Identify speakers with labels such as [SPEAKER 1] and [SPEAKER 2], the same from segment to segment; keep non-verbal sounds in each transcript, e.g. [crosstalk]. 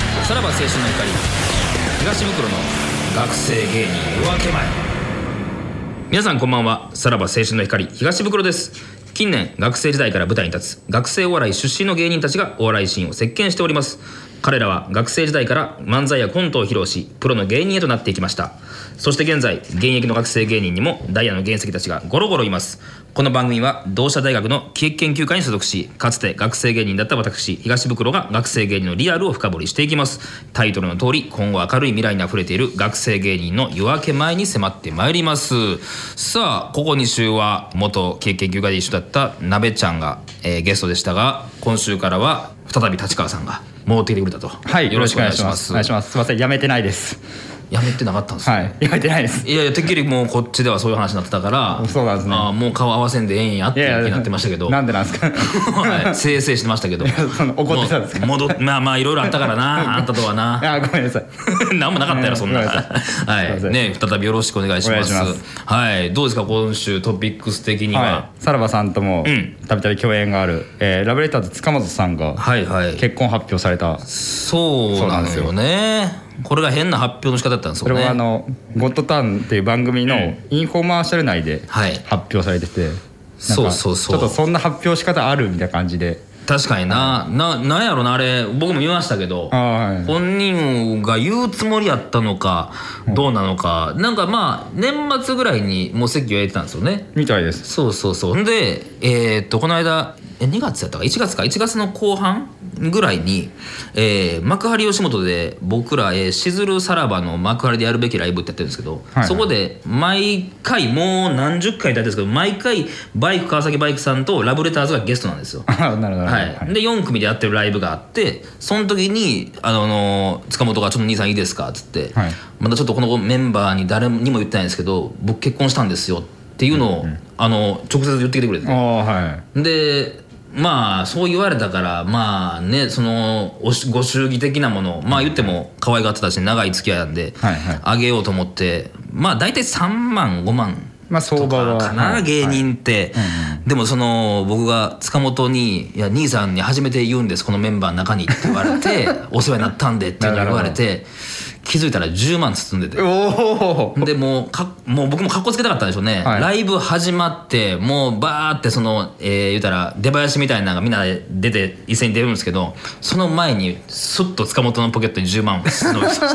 [SPEAKER 1] 青春の光東袋の学生芸人夜明け前皆さんこんばんはさらば青春の光東袋です近年学生時代から舞台に立つ学生お笑い出身の芸人たちがお笑いシーンを席巻しております彼らは学生時代から漫才やコントを披露しプロの芸人へとなっていきましたそして現在現役の学生芸人にもダイヤの原石たちがゴロゴロいますこの番組は同志社大学の喜劇研究会に所属しかつて学生芸人だった私東袋が学生芸人のリアルを深掘りしていきますタイトルの通り今後明るい未来にあふれている学生芸人の夜明け前に迫ってまいりますさあここ2週は元喜劇研究会で一緒だったなべちゃんが、えーゲストでしたが今週からは再び立川さんが戻ってきてくれたと
[SPEAKER 2] はい、よろしくお願いします。
[SPEAKER 1] お
[SPEAKER 2] お
[SPEAKER 1] 願い
[SPEAKER 2] 願い
[SPEAKER 1] し
[SPEAKER 2] し
[SPEAKER 1] ま
[SPEAKER 2] ます。すみません、やめてないです。
[SPEAKER 1] すやめてなかったんですね
[SPEAKER 2] はい、やめてないです。
[SPEAKER 1] いやいやてっきりもうこっちではそういう話になってたから
[SPEAKER 2] そうなんですね
[SPEAKER 1] ああもう顔合わせんでええんやっていう [laughs] 気になってましたけど
[SPEAKER 2] なんで
[SPEAKER 1] [laughs]
[SPEAKER 2] なんですか。
[SPEAKER 1] はいせいせいしてましたけど
[SPEAKER 2] その怒ってたんですか
[SPEAKER 1] もう戻っまあまあいろいろあったから
[SPEAKER 2] [laughs]
[SPEAKER 1] なあんたとはな [laughs]
[SPEAKER 2] あ、ごめんなさい。
[SPEAKER 1] 何もなかったやろそんな
[SPEAKER 2] ごめんな
[SPEAKER 1] は
[SPEAKER 2] すいませ
[SPEAKER 1] い
[SPEAKER 2] ん
[SPEAKER 1] ね再びよろしくお願いします
[SPEAKER 2] お願いし
[SPEAKER 1] はいどうですか今週トピックス的には
[SPEAKER 2] は、い、さらばさんとも
[SPEAKER 1] うん、
[SPEAKER 2] たびたび共演がある、えーラブレターズ塚本さんが。
[SPEAKER 1] はい、はい
[SPEAKER 2] 結婚発表された。
[SPEAKER 1] そうなんですよねこれが変な発表の仕方だったんです
[SPEAKER 2] それ
[SPEAKER 1] よ
[SPEAKER 2] はあ
[SPEAKER 1] ね
[SPEAKER 2] の、ゴッドタンっていう番組のインフォマーシャル内で
[SPEAKER 1] はい
[SPEAKER 2] 発表されてて。なん
[SPEAKER 1] そう
[SPEAKER 2] か
[SPEAKER 1] そうそう
[SPEAKER 2] ちょっとそんな発表仕方あるみたいな感じで。
[SPEAKER 1] 確かになななんやろなあれ僕も見ましたけど
[SPEAKER 2] あーはい
[SPEAKER 1] 本人が言うつもりやったのかどうなのか、なんかまあ年末ぐらいにもう席を得てたんですよね
[SPEAKER 2] みたいです。 [laughs]
[SPEAKER 1] そうそうそうんでえーっとこの間え2月やったか1月か1月の後半ぐらいに、えー幕張吉本で僕ら、えーしずるさらばの幕張でやるべきライブってやってるんですけど、
[SPEAKER 2] はい
[SPEAKER 1] そこで毎回もう何十回だってやってるんですけど毎回バイク川崎バイクさんとラブレターズがゲストなんですよ。
[SPEAKER 2] あ、なるほど。なるほ
[SPEAKER 1] はい、で4組でやってるライブがあってその時にあの塚本が「ちょっと兄さんいいですか?」っつって、
[SPEAKER 2] はい
[SPEAKER 1] まだちょっとこのメンバーに誰にも言ってないんですけど僕結婚したんですよ」っていうのを、あの直接言ってきてくれて
[SPEAKER 2] ど。あー、はい。
[SPEAKER 1] でまあそう言われたからまあねそのおしご祝儀的なものまあ言っても可愛がってたし長い付き合いなんで、
[SPEAKER 2] はいはい
[SPEAKER 1] あげようと思ってまあ大体3万5万。
[SPEAKER 2] まあ、相場は。
[SPEAKER 1] かな、
[SPEAKER 2] はい
[SPEAKER 1] 芸人って、でもその僕が塚本に「いや兄さんに初めて言うんですこのメンバーの中に」って言われ
[SPEAKER 2] [laughs]
[SPEAKER 1] て「お世話になったんで」っていうのを言われて気づいたら10万包んでて。
[SPEAKER 2] おお
[SPEAKER 1] でもうかもう僕もかっこつけたかったんでしょうね、
[SPEAKER 2] はい
[SPEAKER 1] ライブ始まってもうバーってその、えー言うたら出囃子みたいなのがみんなで出て一斉に出るんですけどその前にスッと塚本のポケットに10万を忍びさ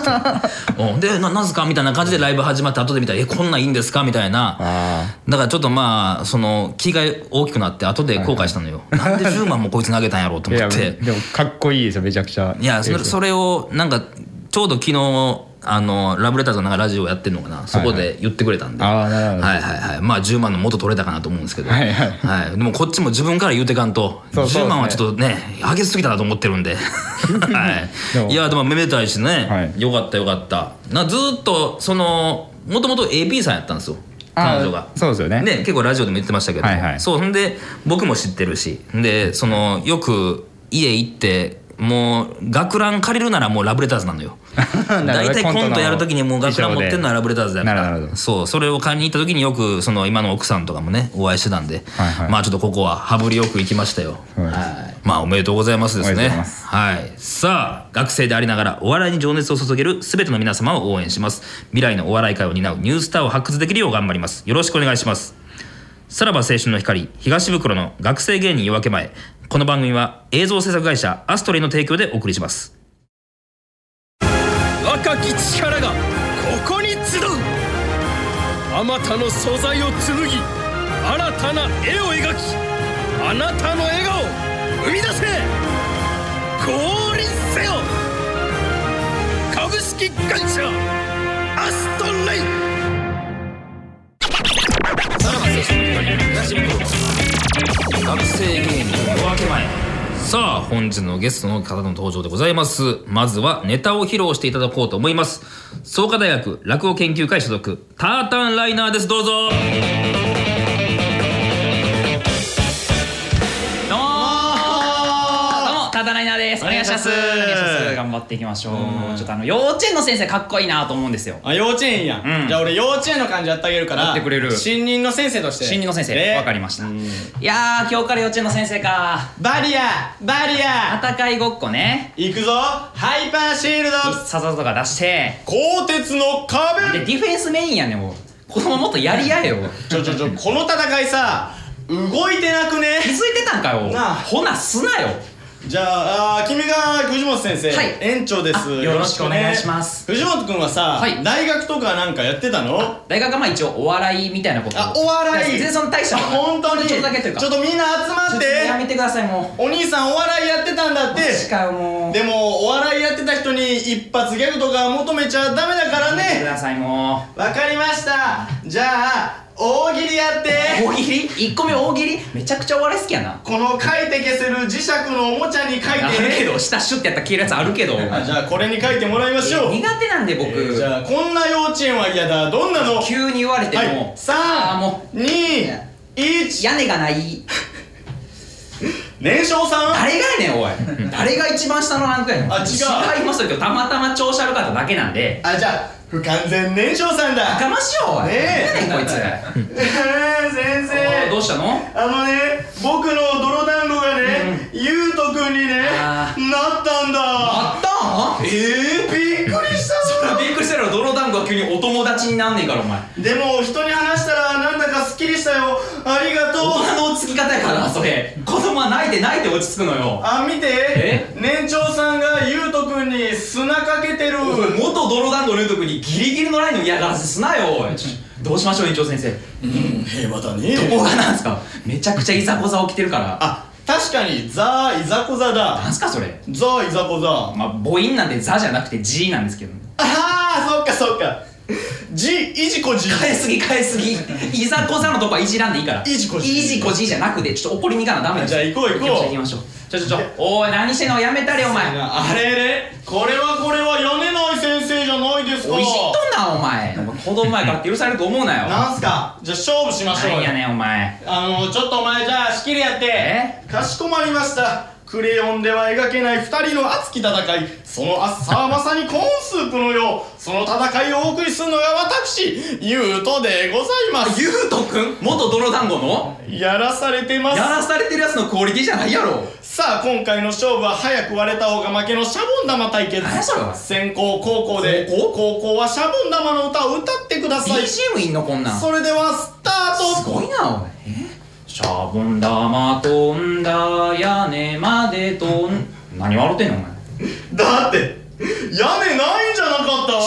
[SPEAKER 1] せて
[SPEAKER 2] [laughs]
[SPEAKER 1] うんで「ななんすか?」みたいな感じでライブ始まって後で見たら「えこんなんいいんですか?」みたいな
[SPEAKER 2] あ
[SPEAKER 1] だからちょっとまあその気が大きくなって後で後悔したのよ、なんで10万もこいつ投げたんやろうと
[SPEAKER 2] [laughs] い
[SPEAKER 1] 思
[SPEAKER 2] や
[SPEAKER 1] っ
[SPEAKER 2] で
[SPEAKER 1] て
[SPEAKER 2] もかっこいいですよめちゃくちゃ
[SPEAKER 1] いやそれそれをなんかちょうど昨日あのラブレターズのなんかラジオやってんのかなそこで言ってくれたんで、はい
[SPEAKER 2] ああなるほど、
[SPEAKER 1] はいはいまあ10万の元取れたかなと思うんですけど、
[SPEAKER 2] はいはい
[SPEAKER 1] はいでもこっちも自分から言うてかんと
[SPEAKER 2] そうそうですね
[SPEAKER 1] 10万はちょっとね上げすぎたなと思ってる
[SPEAKER 2] [laughs]
[SPEAKER 1] んで、は
[SPEAKER 2] でも
[SPEAKER 1] い、いやでもめでたいしね、
[SPEAKER 2] はい
[SPEAKER 1] よかったよかったなずーっとそのもともと AP さんやったんですよ
[SPEAKER 2] あー
[SPEAKER 1] 彼女が
[SPEAKER 2] そうですよね
[SPEAKER 1] ね、結構ラジオでも言ってましたけど、
[SPEAKER 2] はいはい
[SPEAKER 1] そうほんで僕も知ってるしでそのよく家行ってもう学ラン借りるならもうラブレターズなのよ
[SPEAKER 2] [laughs] なる
[SPEAKER 1] 大
[SPEAKER 2] ほど
[SPEAKER 1] 体コントやる時にもう学ラン持ってんのはラブレターズだか
[SPEAKER 2] なるほ
[SPEAKER 1] ら
[SPEAKER 2] ど
[SPEAKER 1] そうそれを買いに行った時によくその今の奥さんとかもねお会いしてたんで、
[SPEAKER 2] はいはい
[SPEAKER 1] まあちょっとここは羽振りよく行きましたよ、
[SPEAKER 2] そうです
[SPEAKER 1] はい、まあおめでとうございますです
[SPEAKER 2] おめで
[SPEAKER 1] ね
[SPEAKER 2] とうございます
[SPEAKER 1] はい、さあ学生でありながらお笑いに情熱を注げる全ての皆様を応援します未来のお笑い界を担うニュースターを発掘できるよう頑張りますよろしくお願いしますさらば青春の光東袋の学生芸人夜明け前この番組は映像制作会社アストレイの提供でお送りします
[SPEAKER 3] 若き力がここに集うあまたの素材を紡ぎ新たな絵を描きあなたの笑顔生み出せ降臨せよ株式会社アストレイ
[SPEAKER 1] 学生芸人夜明け前さあ本日のゲストの方の登場でございますまずはネタを披露していただこうと思います創価大学落語研究会所属タータンライナーですどうぞどうもどうもタ
[SPEAKER 2] ーダナイナーです。お願いします。
[SPEAKER 4] お
[SPEAKER 2] お
[SPEAKER 4] 願
[SPEAKER 2] 願
[SPEAKER 4] い
[SPEAKER 2] いし
[SPEAKER 4] しま
[SPEAKER 2] ますす。頑張っていきましょう。ちょっとあの幼稚園の先生かっこいいなと思うんですよ。
[SPEAKER 4] あ幼稚園や、
[SPEAKER 2] うん
[SPEAKER 4] じゃあ俺幼稚園の感じやってあげるから
[SPEAKER 2] やってくれる
[SPEAKER 4] 新任の先生として
[SPEAKER 2] 新任の先生、
[SPEAKER 4] ね
[SPEAKER 2] わかりました。いやー、今日から幼稚園の先生か。
[SPEAKER 4] バリアバリア
[SPEAKER 2] 戦いごっこね。
[SPEAKER 4] 行くぞハイパーシールド
[SPEAKER 2] 必殺技とか出して。
[SPEAKER 4] 鋼鉄の壁
[SPEAKER 2] で、ディフェンスメインやねん、もう。このままもっとやり合えよ。
[SPEAKER 4] ちょちょちょこの戦いさ動いてなく
[SPEAKER 2] 気づ
[SPEAKER 4] ね
[SPEAKER 2] いてたんかよ。
[SPEAKER 4] なあ
[SPEAKER 2] ほな、すなよ。
[SPEAKER 4] じゃああー君が藤本先生、
[SPEAKER 2] はい
[SPEAKER 4] 園長です
[SPEAKER 2] あよろしくお願いします
[SPEAKER 4] 藤本君はさ、
[SPEAKER 2] はい
[SPEAKER 4] 大学とかなんかやってたの
[SPEAKER 2] 大学はまあ一応お笑いみたいなことを
[SPEAKER 4] あお笑い
[SPEAKER 2] 全然その大した
[SPEAKER 4] あ
[SPEAKER 2] ことない
[SPEAKER 4] 本当に
[SPEAKER 2] ちょっとだけというか
[SPEAKER 4] ちょっとみんな集まっ
[SPEAKER 2] や
[SPEAKER 4] て
[SPEAKER 2] めてくださいも
[SPEAKER 4] お兄さんお笑いやってたんだっ
[SPEAKER 2] う
[SPEAKER 4] て
[SPEAKER 2] しかもう
[SPEAKER 4] でもお笑いやってた人に一発ギャグとか求めちゃダメだから
[SPEAKER 2] やめてく
[SPEAKER 4] ね
[SPEAKER 2] ださいも
[SPEAKER 4] わかりましたじゃあ大喜利やって
[SPEAKER 2] う大喜利1個目大喜利めちゃくちゃお笑い好きやな
[SPEAKER 4] この書いて消せる磁石のおもちゃに書い
[SPEAKER 2] あるけ
[SPEAKER 4] てね
[SPEAKER 2] ど下シュッてやったら消えるやつあるけど
[SPEAKER 4] あじゃあこれに書いてもらいましょう、
[SPEAKER 2] 苦手なんで僕、
[SPEAKER 4] えーじゃあこんな幼稚園は嫌だどんなの
[SPEAKER 2] 急に言われても、
[SPEAKER 4] はい
[SPEAKER 2] あーもう
[SPEAKER 4] 321
[SPEAKER 2] 屋根がない
[SPEAKER 4] 年少さん
[SPEAKER 2] 誰がやねんおい
[SPEAKER 4] [laughs]
[SPEAKER 2] 誰が一番下のランクやねん
[SPEAKER 4] あ違う
[SPEAKER 2] 違いますよ今日たまたま調子悪かっただけなんで
[SPEAKER 4] あじゃあ不完全年少さん
[SPEAKER 2] や
[SPEAKER 4] だ
[SPEAKER 2] かましよおい、
[SPEAKER 4] ねえ
[SPEAKER 2] 何やねんこいつ
[SPEAKER 4] 先
[SPEAKER 2] おいど
[SPEAKER 4] 生
[SPEAKER 2] うしたの
[SPEAKER 4] あのね僕の泥団子がね、ゆうとくんにね
[SPEAKER 2] あ
[SPEAKER 4] なったんだ
[SPEAKER 2] あったん
[SPEAKER 4] えー、びっくりした
[SPEAKER 2] びっくりしたやろ泥団子が急にお友達になんねんからお前
[SPEAKER 4] でも人に話したらなんだかすっきりしたよありがとう
[SPEAKER 2] 大人の落ち着き方やからなそれ子供は泣いて泣いて落ち着くのよ
[SPEAKER 4] あ見て
[SPEAKER 2] え
[SPEAKER 4] 年長さんがゆうとくんに砂かけてる
[SPEAKER 2] おい元泥団子の言うとこにギリギリのラインの嫌がらせすなよおいちょどうしましょう院長先生
[SPEAKER 4] 平和だね
[SPEAKER 2] どこがなんすかめちゃくちゃいざこざ起きてるから
[SPEAKER 4] あ確かにザーいざこざだ
[SPEAKER 2] なんすかそれ
[SPEAKER 4] ザーいざこざあ
[SPEAKER 2] まあ母音なんて「ザ」じゃなくて「じ」なんですけど
[SPEAKER 4] あーそっかそっかじいじこじ
[SPEAKER 2] 変えすぎ変えす
[SPEAKER 4] [laughs]
[SPEAKER 2] ぎいざこざのとこはいじらんでいいから
[SPEAKER 4] いじこじ
[SPEAKER 2] いじこじじゃなくてちょっと怒りに行かなダメです
[SPEAKER 4] じゃあ行こう行こう
[SPEAKER 2] 行きましょう行きましょうちょちょちょおい何してんのやめたれお前
[SPEAKER 4] あれれこれはこれは屋根ない先生じゃないですか
[SPEAKER 2] おいいじっとんなお前子供前からって許されると思うなよ
[SPEAKER 4] なんすかじゃあ勝負しまし
[SPEAKER 2] な
[SPEAKER 4] ょ
[SPEAKER 2] ん
[SPEAKER 4] うよ
[SPEAKER 2] やねんお前
[SPEAKER 4] あのちょっとお前じゃあ仕切りやって
[SPEAKER 2] え
[SPEAKER 4] かしこまりましたクレヨンでは描けない2人の熱き戦いその熱さはまさにコーンスープのようその戦いをお送りするのが私ゆうとでございます
[SPEAKER 2] ゆうとくん元泥団子の
[SPEAKER 4] やらされてま
[SPEAKER 2] や
[SPEAKER 4] す
[SPEAKER 2] らされてるやつのクオリティじゃないやろ
[SPEAKER 4] さあ今回の勝負は早く割れた方が負けのシャボン玉対決
[SPEAKER 2] 何やそれ
[SPEAKER 4] 先攻後攻で高校はシャボン玉の歌を歌ってください
[SPEAKER 2] BGM いんのこんなんす
[SPEAKER 4] それではスタート
[SPEAKER 2] ごいなおいえシャボン玉飛んだ屋根まで飛ん何笑ってんのお前違く
[SPEAKER 4] だって屋根ないんじゃなかった
[SPEAKER 2] ぞ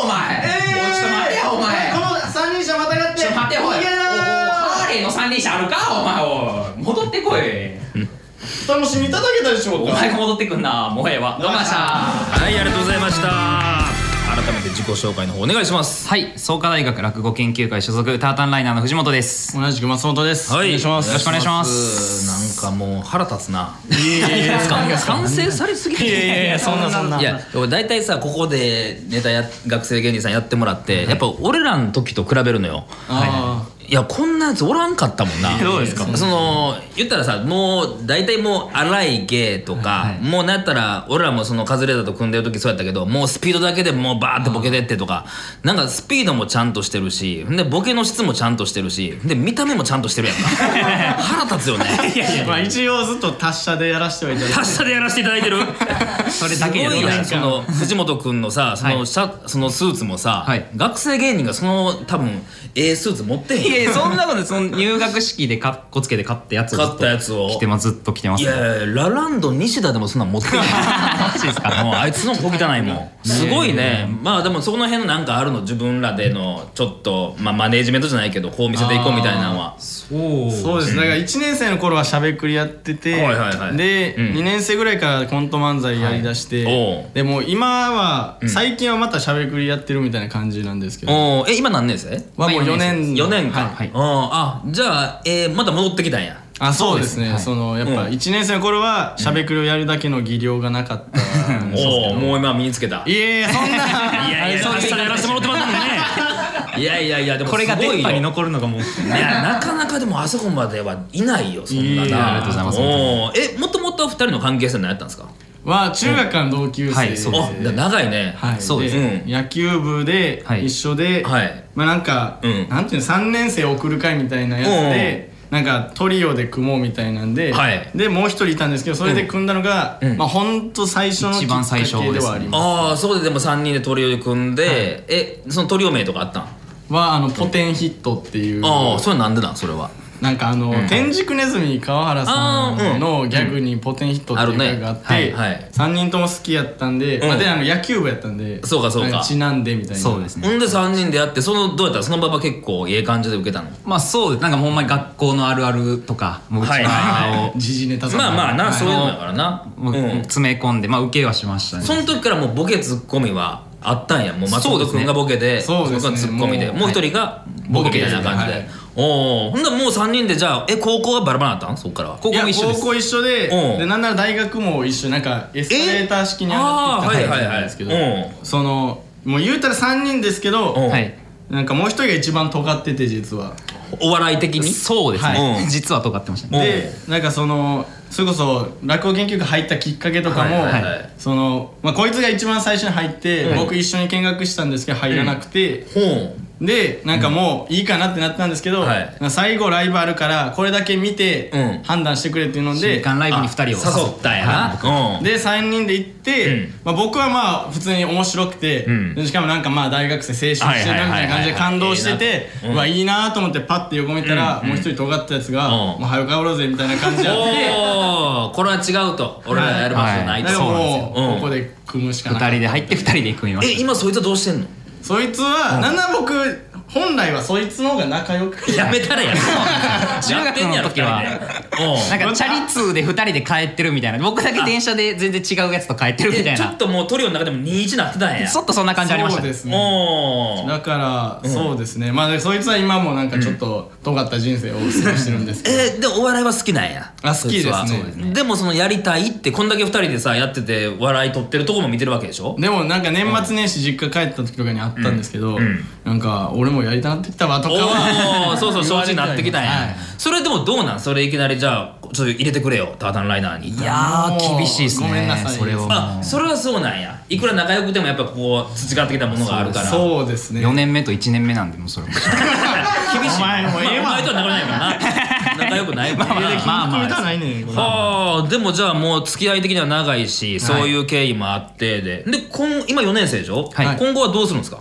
[SPEAKER 2] お前おいちょっと待てよお前
[SPEAKER 4] この三人者またがって
[SPEAKER 2] ちょっと待てよおいお
[SPEAKER 4] 逃
[SPEAKER 2] い
[SPEAKER 4] げな
[SPEAKER 2] ハーレーの三輪車あるかお前おい戻ってこい
[SPEAKER 4] 楽しみいただけたでしょう
[SPEAKER 2] お
[SPEAKER 4] か
[SPEAKER 2] 前が戻ってくんなもはやはどうました
[SPEAKER 1] はいありがとうございました改めて自己紹介の方お願いします
[SPEAKER 2] はい、創価大学落語研究会所属タータンライナーの藤本です。
[SPEAKER 4] 同じく松本です
[SPEAKER 1] はい
[SPEAKER 2] よろしくお願いします
[SPEAKER 1] なんかもう腹立つない
[SPEAKER 4] やいや
[SPEAKER 1] 完成されすぎて
[SPEAKER 4] そんなそんない
[SPEAKER 1] や俺大体さここでネタや学生芸人さんやってもらって、やっぱ俺らの時と比べるのよ、いやこんなやつおらんかったもんなどうですかその言ったらさもう大体もう荒い芸とか、もうなんやったら俺らもそのカズレーザーと組んでる時そうやったけどもうスピードだけでもうバーってボケてってとかなんかスピードもちゃんとしてるしでボケの質もちゃんとしてるしで見た目もちゃんとして
[SPEAKER 2] [laughs]
[SPEAKER 1] るやんか腹立つよね
[SPEAKER 4] まあ一応ずっと達者でやらせてはいただいて
[SPEAKER 1] 達者でやらせていただいてる
[SPEAKER 2] [laughs] それだけです
[SPEAKER 1] ごい
[SPEAKER 2] どう
[SPEAKER 1] な
[SPEAKER 2] で
[SPEAKER 1] その藤本君のさその,、
[SPEAKER 2] はい
[SPEAKER 1] シャそのスーツもさ、
[SPEAKER 2] はい
[SPEAKER 1] 学生芸人がその多分ええスーツ持ってへん
[SPEAKER 2] いやい
[SPEAKER 1] や
[SPEAKER 2] や
[SPEAKER 1] ん
[SPEAKER 2] [laughs] そんなことないその入学式でかっこつけて買ったやつをずっと
[SPEAKER 1] 買ったやつを
[SPEAKER 2] 着てますずっと着てます
[SPEAKER 1] いやいやラランド西田でもそんなん持ってない
[SPEAKER 2] ジですか
[SPEAKER 1] もうあいつの小汚いもんすごいねまあでもその辺のなんかあるの自分らでのちょっと、まあ、マネージメントじゃないけどこう見せていこうみたいなのは
[SPEAKER 5] そうですだから1年生の頃はしゃべくりやってて、
[SPEAKER 1] はいはいはい
[SPEAKER 5] で、
[SPEAKER 1] うん
[SPEAKER 5] 2年生ぐらいからコント漫才やりだして、
[SPEAKER 1] はいおう
[SPEAKER 5] でもう今は、最近はまたしゃべくりやってるみたいな感じなんですけどは
[SPEAKER 1] おーえ今何年生
[SPEAKER 5] もう4年
[SPEAKER 1] 4年間、
[SPEAKER 5] はい
[SPEAKER 2] はい
[SPEAKER 1] うんあじゃあ、えーまた戻ってきたんや
[SPEAKER 5] あそうですね
[SPEAKER 2] はい
[SPEAKER 5] そのやっぱ
[SPEAKER 1] うん
[SPEAKER 5] 1年生の頃はしゃべくりをやるだけの技量がなかった、
[SPEAKER 1] おおもう今身につけた
[SPEAKER 5] いえいえそんな
[SPEAKER 1] いやいや、そうしたらやらせてもらってますもんね。いやいやいや、でも
[SPEAKER 2] これが
[SPEAKER 1] すごい
[SPEAKER 2] 電
[SPEAKER 1] よ
[SPEAKER 2] 波に残るのがもう
[SPEAKER 1] いや、なかなかでもあそこまではいないよ、そんない
[SPEAKER 5] い
[SPEAKER 1] な
[SPEAKER 5] え
[SPEAKER 1] な。
[SPEAKER 5] ありがとうございます
[SPEAKER 1] おーえ、もともと二人の関係性は何やったんですか
[SPEAKER 4] は中学からの同級生
[SPEAKER 2] は
[SPEAKER 4] で
[SPEAKER 2] いそう
[SPEAKER 1] あだ長いね
[SPEAKER 4] はい
[SPEAKER 2] そうです
[SPEAKER 1] ね
[SPEAKER 4] 野球部で
[SPEAKER 2] はい
[SPEAKER 4] 一緒で、
[SPEAKER 1] はい
[SPEAKER 4] まあなんか、
[SPEAKER 1] うん
[SPEAKER 4] なんていうの3年生送る会みたいなやつで、なんかトリオで組もうみたいなんで、
[SPEAKER 1] はい
[SPEAKER 4] でもう一人いたんですけどそれで組んだのが、
[SPEAKER 1] うん
[SPEAKER 4] まあほんと最初のきっ
[SPEAKER 2] 一番
[SPEAKER 4] か
[SPEAKER 2] 最初です
[SPEAKER 4] け
[SPEAKER 2] ね
[SPEAKER 4] ではあります
[SPEAKER 1] ああそこででも三人でトリオで組んで、えそのトリオ名とかあったん
[SPEAKER 4] はあのポテンヒットっていう、
[SPEAKER 1] ああそれなんでなんそれは
[SPEAKER 4] なんかあの、天竺ネズミ川原さ
[SPEAKER 1] あーうん
[SPEAKER 4] んのギャグにポテンヒットっていうギャグがあって、
[SPEAKER 1] あるねはいはい
[SPEAKER 4] 3人とも好きやったんで、
[SPEAKER 1] うん
[SPEAKER 4] まあ、であの野球部やったんで
[SPEAKER 1] そうかそうか
[SPEAKER 4] なんちなんでみたいな
[SPEAKER 2] そうですね
[SPEAKER 1] ほんで3人でやってそのどうやったその場は結構ええ感じで受けたの
[SPEAKER 2] まあそうですなんかほんまに学校のあるあるとかもううちの母を
[SPEAKER 4] 時事ネタとか
[SPEAKER 1] まあまあな、
[SPEAKER 2] はい
[SPEAKER 1] そういうのやからな、
[SPEAKER 2] もう
[SPEAKER 1] うん、
[SPEAKER 2] 詰め込んでまあ受けはしましたね
[SPEAKER 1] その時からもうボケツッコミはあったんやもう松本君がボケで
[SPEAKER 4] そうですね
[SPEAKER 1] 僕がツッコミで
[SPEAKER 4] もう
[SPEAKER 1] もう一人がボケみたいな感じで、
[SPEAKER 4] ボケで
[SPEAKER 1] おおほんならもう3人でじゃあえ高校はバラバラだったんそっからは高
[SPEAKER 4] いや高校一緒で
[SPEAKER 1] うん
[SPEAKER 4] でなんなら大学も一緒なんかエスカレーター式に上がって
[SPEAKER 1] あ
[SPEAKER 4] きた
[SPEAKER 1] ーはいはいはい
[SPEAKER 4] んですけど
[SPEAKER 1] う
[SPEAKER 4] そのもう言うたら3人ですけど
[SPEAKER 1] うん
[SPEAKER 2] はい
[SPEAKER 4] なんかもう一人が一番尖ってて実は
[SPEAKER 1] お笑い的に
[SPEAKER 2] そうです
[SPEAKER 1] はい
[SPEAKER 2] ね
[SPEAKER 1] うん
[SPEAKER 2] 実は尖ってましたね
[SPEAKER 4] でなんかそのそれこそ落語研究会入ったきっかけとかも
[SPEAKER 1] はいはいはい
[SPEAKER 4] そのまあこいつが一番最初に入って僕一緒に見学したんですけど入らなくて
[SPEAKER 1] ほう
[SPEAKER 4] でなんかもういいかなってなったんですけど
[SPEAKER 1] はい
[SPEAKER 4] なんか最後ライブあるからこれだけ見
[SPEAKER 1] うん
[SPEAKER 4] て判断してくれっていうので
[SPEAKER 2] 週刊ライブに2人を
[SPEAKER 1] 誘ったんやな、うん
[SPEAKER 4] で3人で行って、
[SPEAKER 1] うん
[SPEAKER 4] まあ、僕はまあ普通に面白くて、
[SPEAKER 1] うん
[SPEAKER 4] でしかもなんかまあ大学生青春してるなみたいな感じで感動し
[SPEAKER 1] は
[SPEAKER 4] て
[SPEAKER 1] いはい
[SPEAKER 4] て
[SPEAKER 1] はいはい、うん
[SPEAKER 4] うわいいなと思ってパッて横見たら、
[SPEAKER 1] うん
[SPEAKER 4] もう一人尖ったやつが
[SPEAKER 1] う
[SPEAKER 4] 「
[SPEAKER 1] ん
[SPEAKER 4] もう早く帰ろうぜ」みたいな感じやって。
[SPEAKER 1] おおこれは違うと俺らやる場所ないと、
[SPEAKER 4] だから
[SPEAKER 2] そ
[SPEAKER 4] もう、
[SPEAKER 1] うん
[SPEAKER 4] ここで組むしか
[SPEAKER 2] 2
[SPEAKER 4] ない
[SPEAKER 2] 人で入って2人で組みま
[SPEAKER 1] え
[SPEAKER 2] し
[SPEAKER 1] 今そいつはどうしてんの
[SPEAKER 4] そいつは、なんなら僕本来はそいつの方が仲良くて
[SPEAKER 1] やめたらやる
[SPEAKER 2] 中学の時
[SPEAKER 1] [laughs]
[SPEAKER 2] は
[SPEAKER 1] やってんやろ二人でおう
[SPEAKER 2] たなんかチャリ通で2人で帰ってるみたいな僕だけ電車で全然違うやつと帰ってるみた
[SPEAKER 1] え
[SPEAKER 2] い
[SPEAKER 1] ちょっ
[SPEAKER 2] な
[SPEAKER 1] ともうトリオの中でも21なってたんや
[SPEAKER 2] ちょっとそんな感じありまし
[SPEAKER 4] そ
[SPEAKER 2] た
[SPEAKER 4] う
[SPEAKER 2] ね
[SPEAKER 4] ですね
[SPEAKER 1] おー
[SPEAKER 4] だから、そうですねまあでそいつは今もなんかちょっと尖った人生を過ごしてるんですけど
[SPEAKER 1] えーでもお笑いは好きなんや
[SPEAKER 4] あ好き
[SPEAKER 1] そ
[SPEAKER 4] ですね
[SPEAKER 1] いつは
[SPEAKER 4] そうです
[SPEAKER 1] でもそのやりたいってこんだけ二人でさやってて笑い取ってるとこも見てるわけでしょ
[SPEAKER 4] でもなんか年末年始実家帰った時とかにあったんですけど、
[SPEAKER 1] ん
[SPEAKER 4] なんか俺もやりたなってきたわとか
[SPEAKER 1] お
[SPEAKER 4] は
[SPEAKER 1] おそうそう正直なってきたんや、
[SPEAKER 4] はい
[SPEAKER 1] それでもどうなんそれいきなりじゃあちょっと入れてくれよタータンライナーに
[SPEAKER 2] いやー厳しいですね
[SPEAKER 4] ごめんなさい
[SPEAKER 2] それを
[SPEAKER 1] あそれはそうなんやいくら仲良くてもやっぱこう培ってきたものがあるから
[SPEAKER 4] [laughs] そうですね
[SPEAKER 2] 4年目と1年目なんでもうそれも
[SPEAKER 1] 厳しい
[SPEAKER 4] お前もうええわ
[SPEAKER 1] まあお前とは仲良くない
[SPEAKER 4] [laughs]
[SPEAKER 1] からな仲良くないもんね
[SPEAKER 4] まあまあ
[SPEAKER 2] まあ
[SPEAKER 4] ないねんこれ
[SPEAKER 1] あーでもじゃあもう付き合い的には長いし、そういう経緯もあってでで今今4年生でしょ、
[SPEAKER 2] はい
[SPEAKER 1] 今後はどうするんですか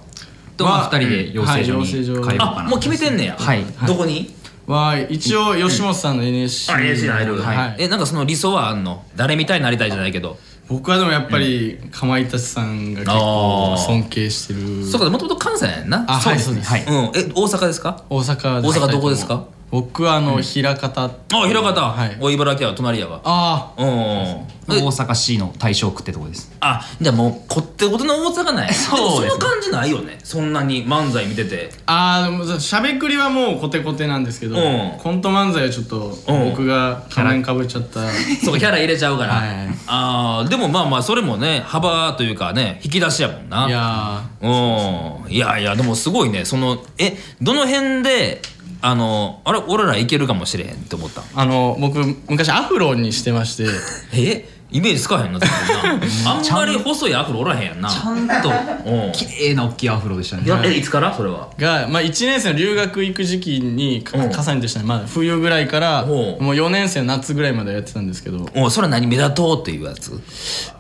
[SPEAKER 2] とまあ2人で養成所
[SPEAKER 4] は
[SPEAKER 2] に
[SPEAKER 4] い
[SPEAKER 2] 通
[SPEAKER 4] 養成所
[SPEAKER 2] ようか
[SPEAKER 1] あ
[SPEAKER 2] な
[SPEAKER 1] もう決めてんねや、
[SPEAKER 2] はい
[SPEAKER 1] どこに、
[SPEAKER 4] は一応吉本さんの NSC
[SPEAKER 1] あ NSC に入る
[SPEAKER 4] はい
[SPEAKER 1] えなんかその理想はあんの誰みたいになりたいじゃないけど
[SPEAKER 4] 僕はでもやっぱりかまいたちさんが結構尊敬してる
[SPEAKER 1] そうかもともと関西やんな
[SPEAKER 4] あ
[SPEAKER 2] そう
[SPEAKER 4] はい
[SPEAKER 2] です
[SPEAKER 4] そう
[SPEAKER 2] ね
[SPEAKER 4] です、
[SPEAKER 2] はい
[SPEAKER 1] うん、え大阪ですか
[SPEAKER 4] 大阪
[SPEAKER 1] 大阪どこですか
[SPEAKER 4] 僕はあの枚方あ
[SPEAKER 1] あ平方、
[SPEAKER 4] はい
[SPEAKER 1] お茨城は隣やわ
[SPEAKER 4] あ
[SPEAKER 1] うん
[SPEAKER 2] 大
[SPEAKER 1] え
[SPEAKER 2] 阪市の大正区ってとこです
[SPEAKER 1] あじゃあもうこってことの大阪ない
[SPEAKER 2] そう
[SPEAKER 1] で
[SPEAKER 2] ですね
[SPEAKER 1] もその感じないよねそんなに漫才見てて
[SPEAKER 4] あーでもしゃべくりはもうコテコテなんですけど、
[SPEAKER 1] うん
[SPEAKER 4] コント漫才はちょっと
[SPEAKER 1] うん
[SPEAKER 4] 僕が仮面かぶっちゃった、
[SPEAKER 1] そうかキャラ入れちゃうから、
[SPEAKER 4] はい
[SPEAKER 1] あーでもまあまあそれもね幅というかね引き出しやもんない
[SPEAKER 4] や
[SPEAKER 1] うんいやいやでもすごいねそのえどの辺であのあれ俺らいけるかもしれへんって思ったの
[SPEAKER 4] ーあの僕昔アフロにしてまして [laughs]
[SPEAKER 1] えイメージつかへんな全然なあんまり細いアフロおらへんやんな
[SPEAKER 2] ちゃんと
[SPEAKER 1] うん
[SPEAKER 2] 綺麗な大きいアフロでしたね
[SPEAKER 1] やえいつからそれは
[SPEAKER 4] が、まあ、1年生の留学行く時期にか
[SPEAKER 1] うん
[SPEAKER 4] 重ねてしたね、まあ、冬ぐらいから
[SPEAKER 1] おう
[SPEAKER 4] もう4年生の夏ぐらいまでやってたんですけど
[SPEAKER 1] おそれは何目立とうっていうやつ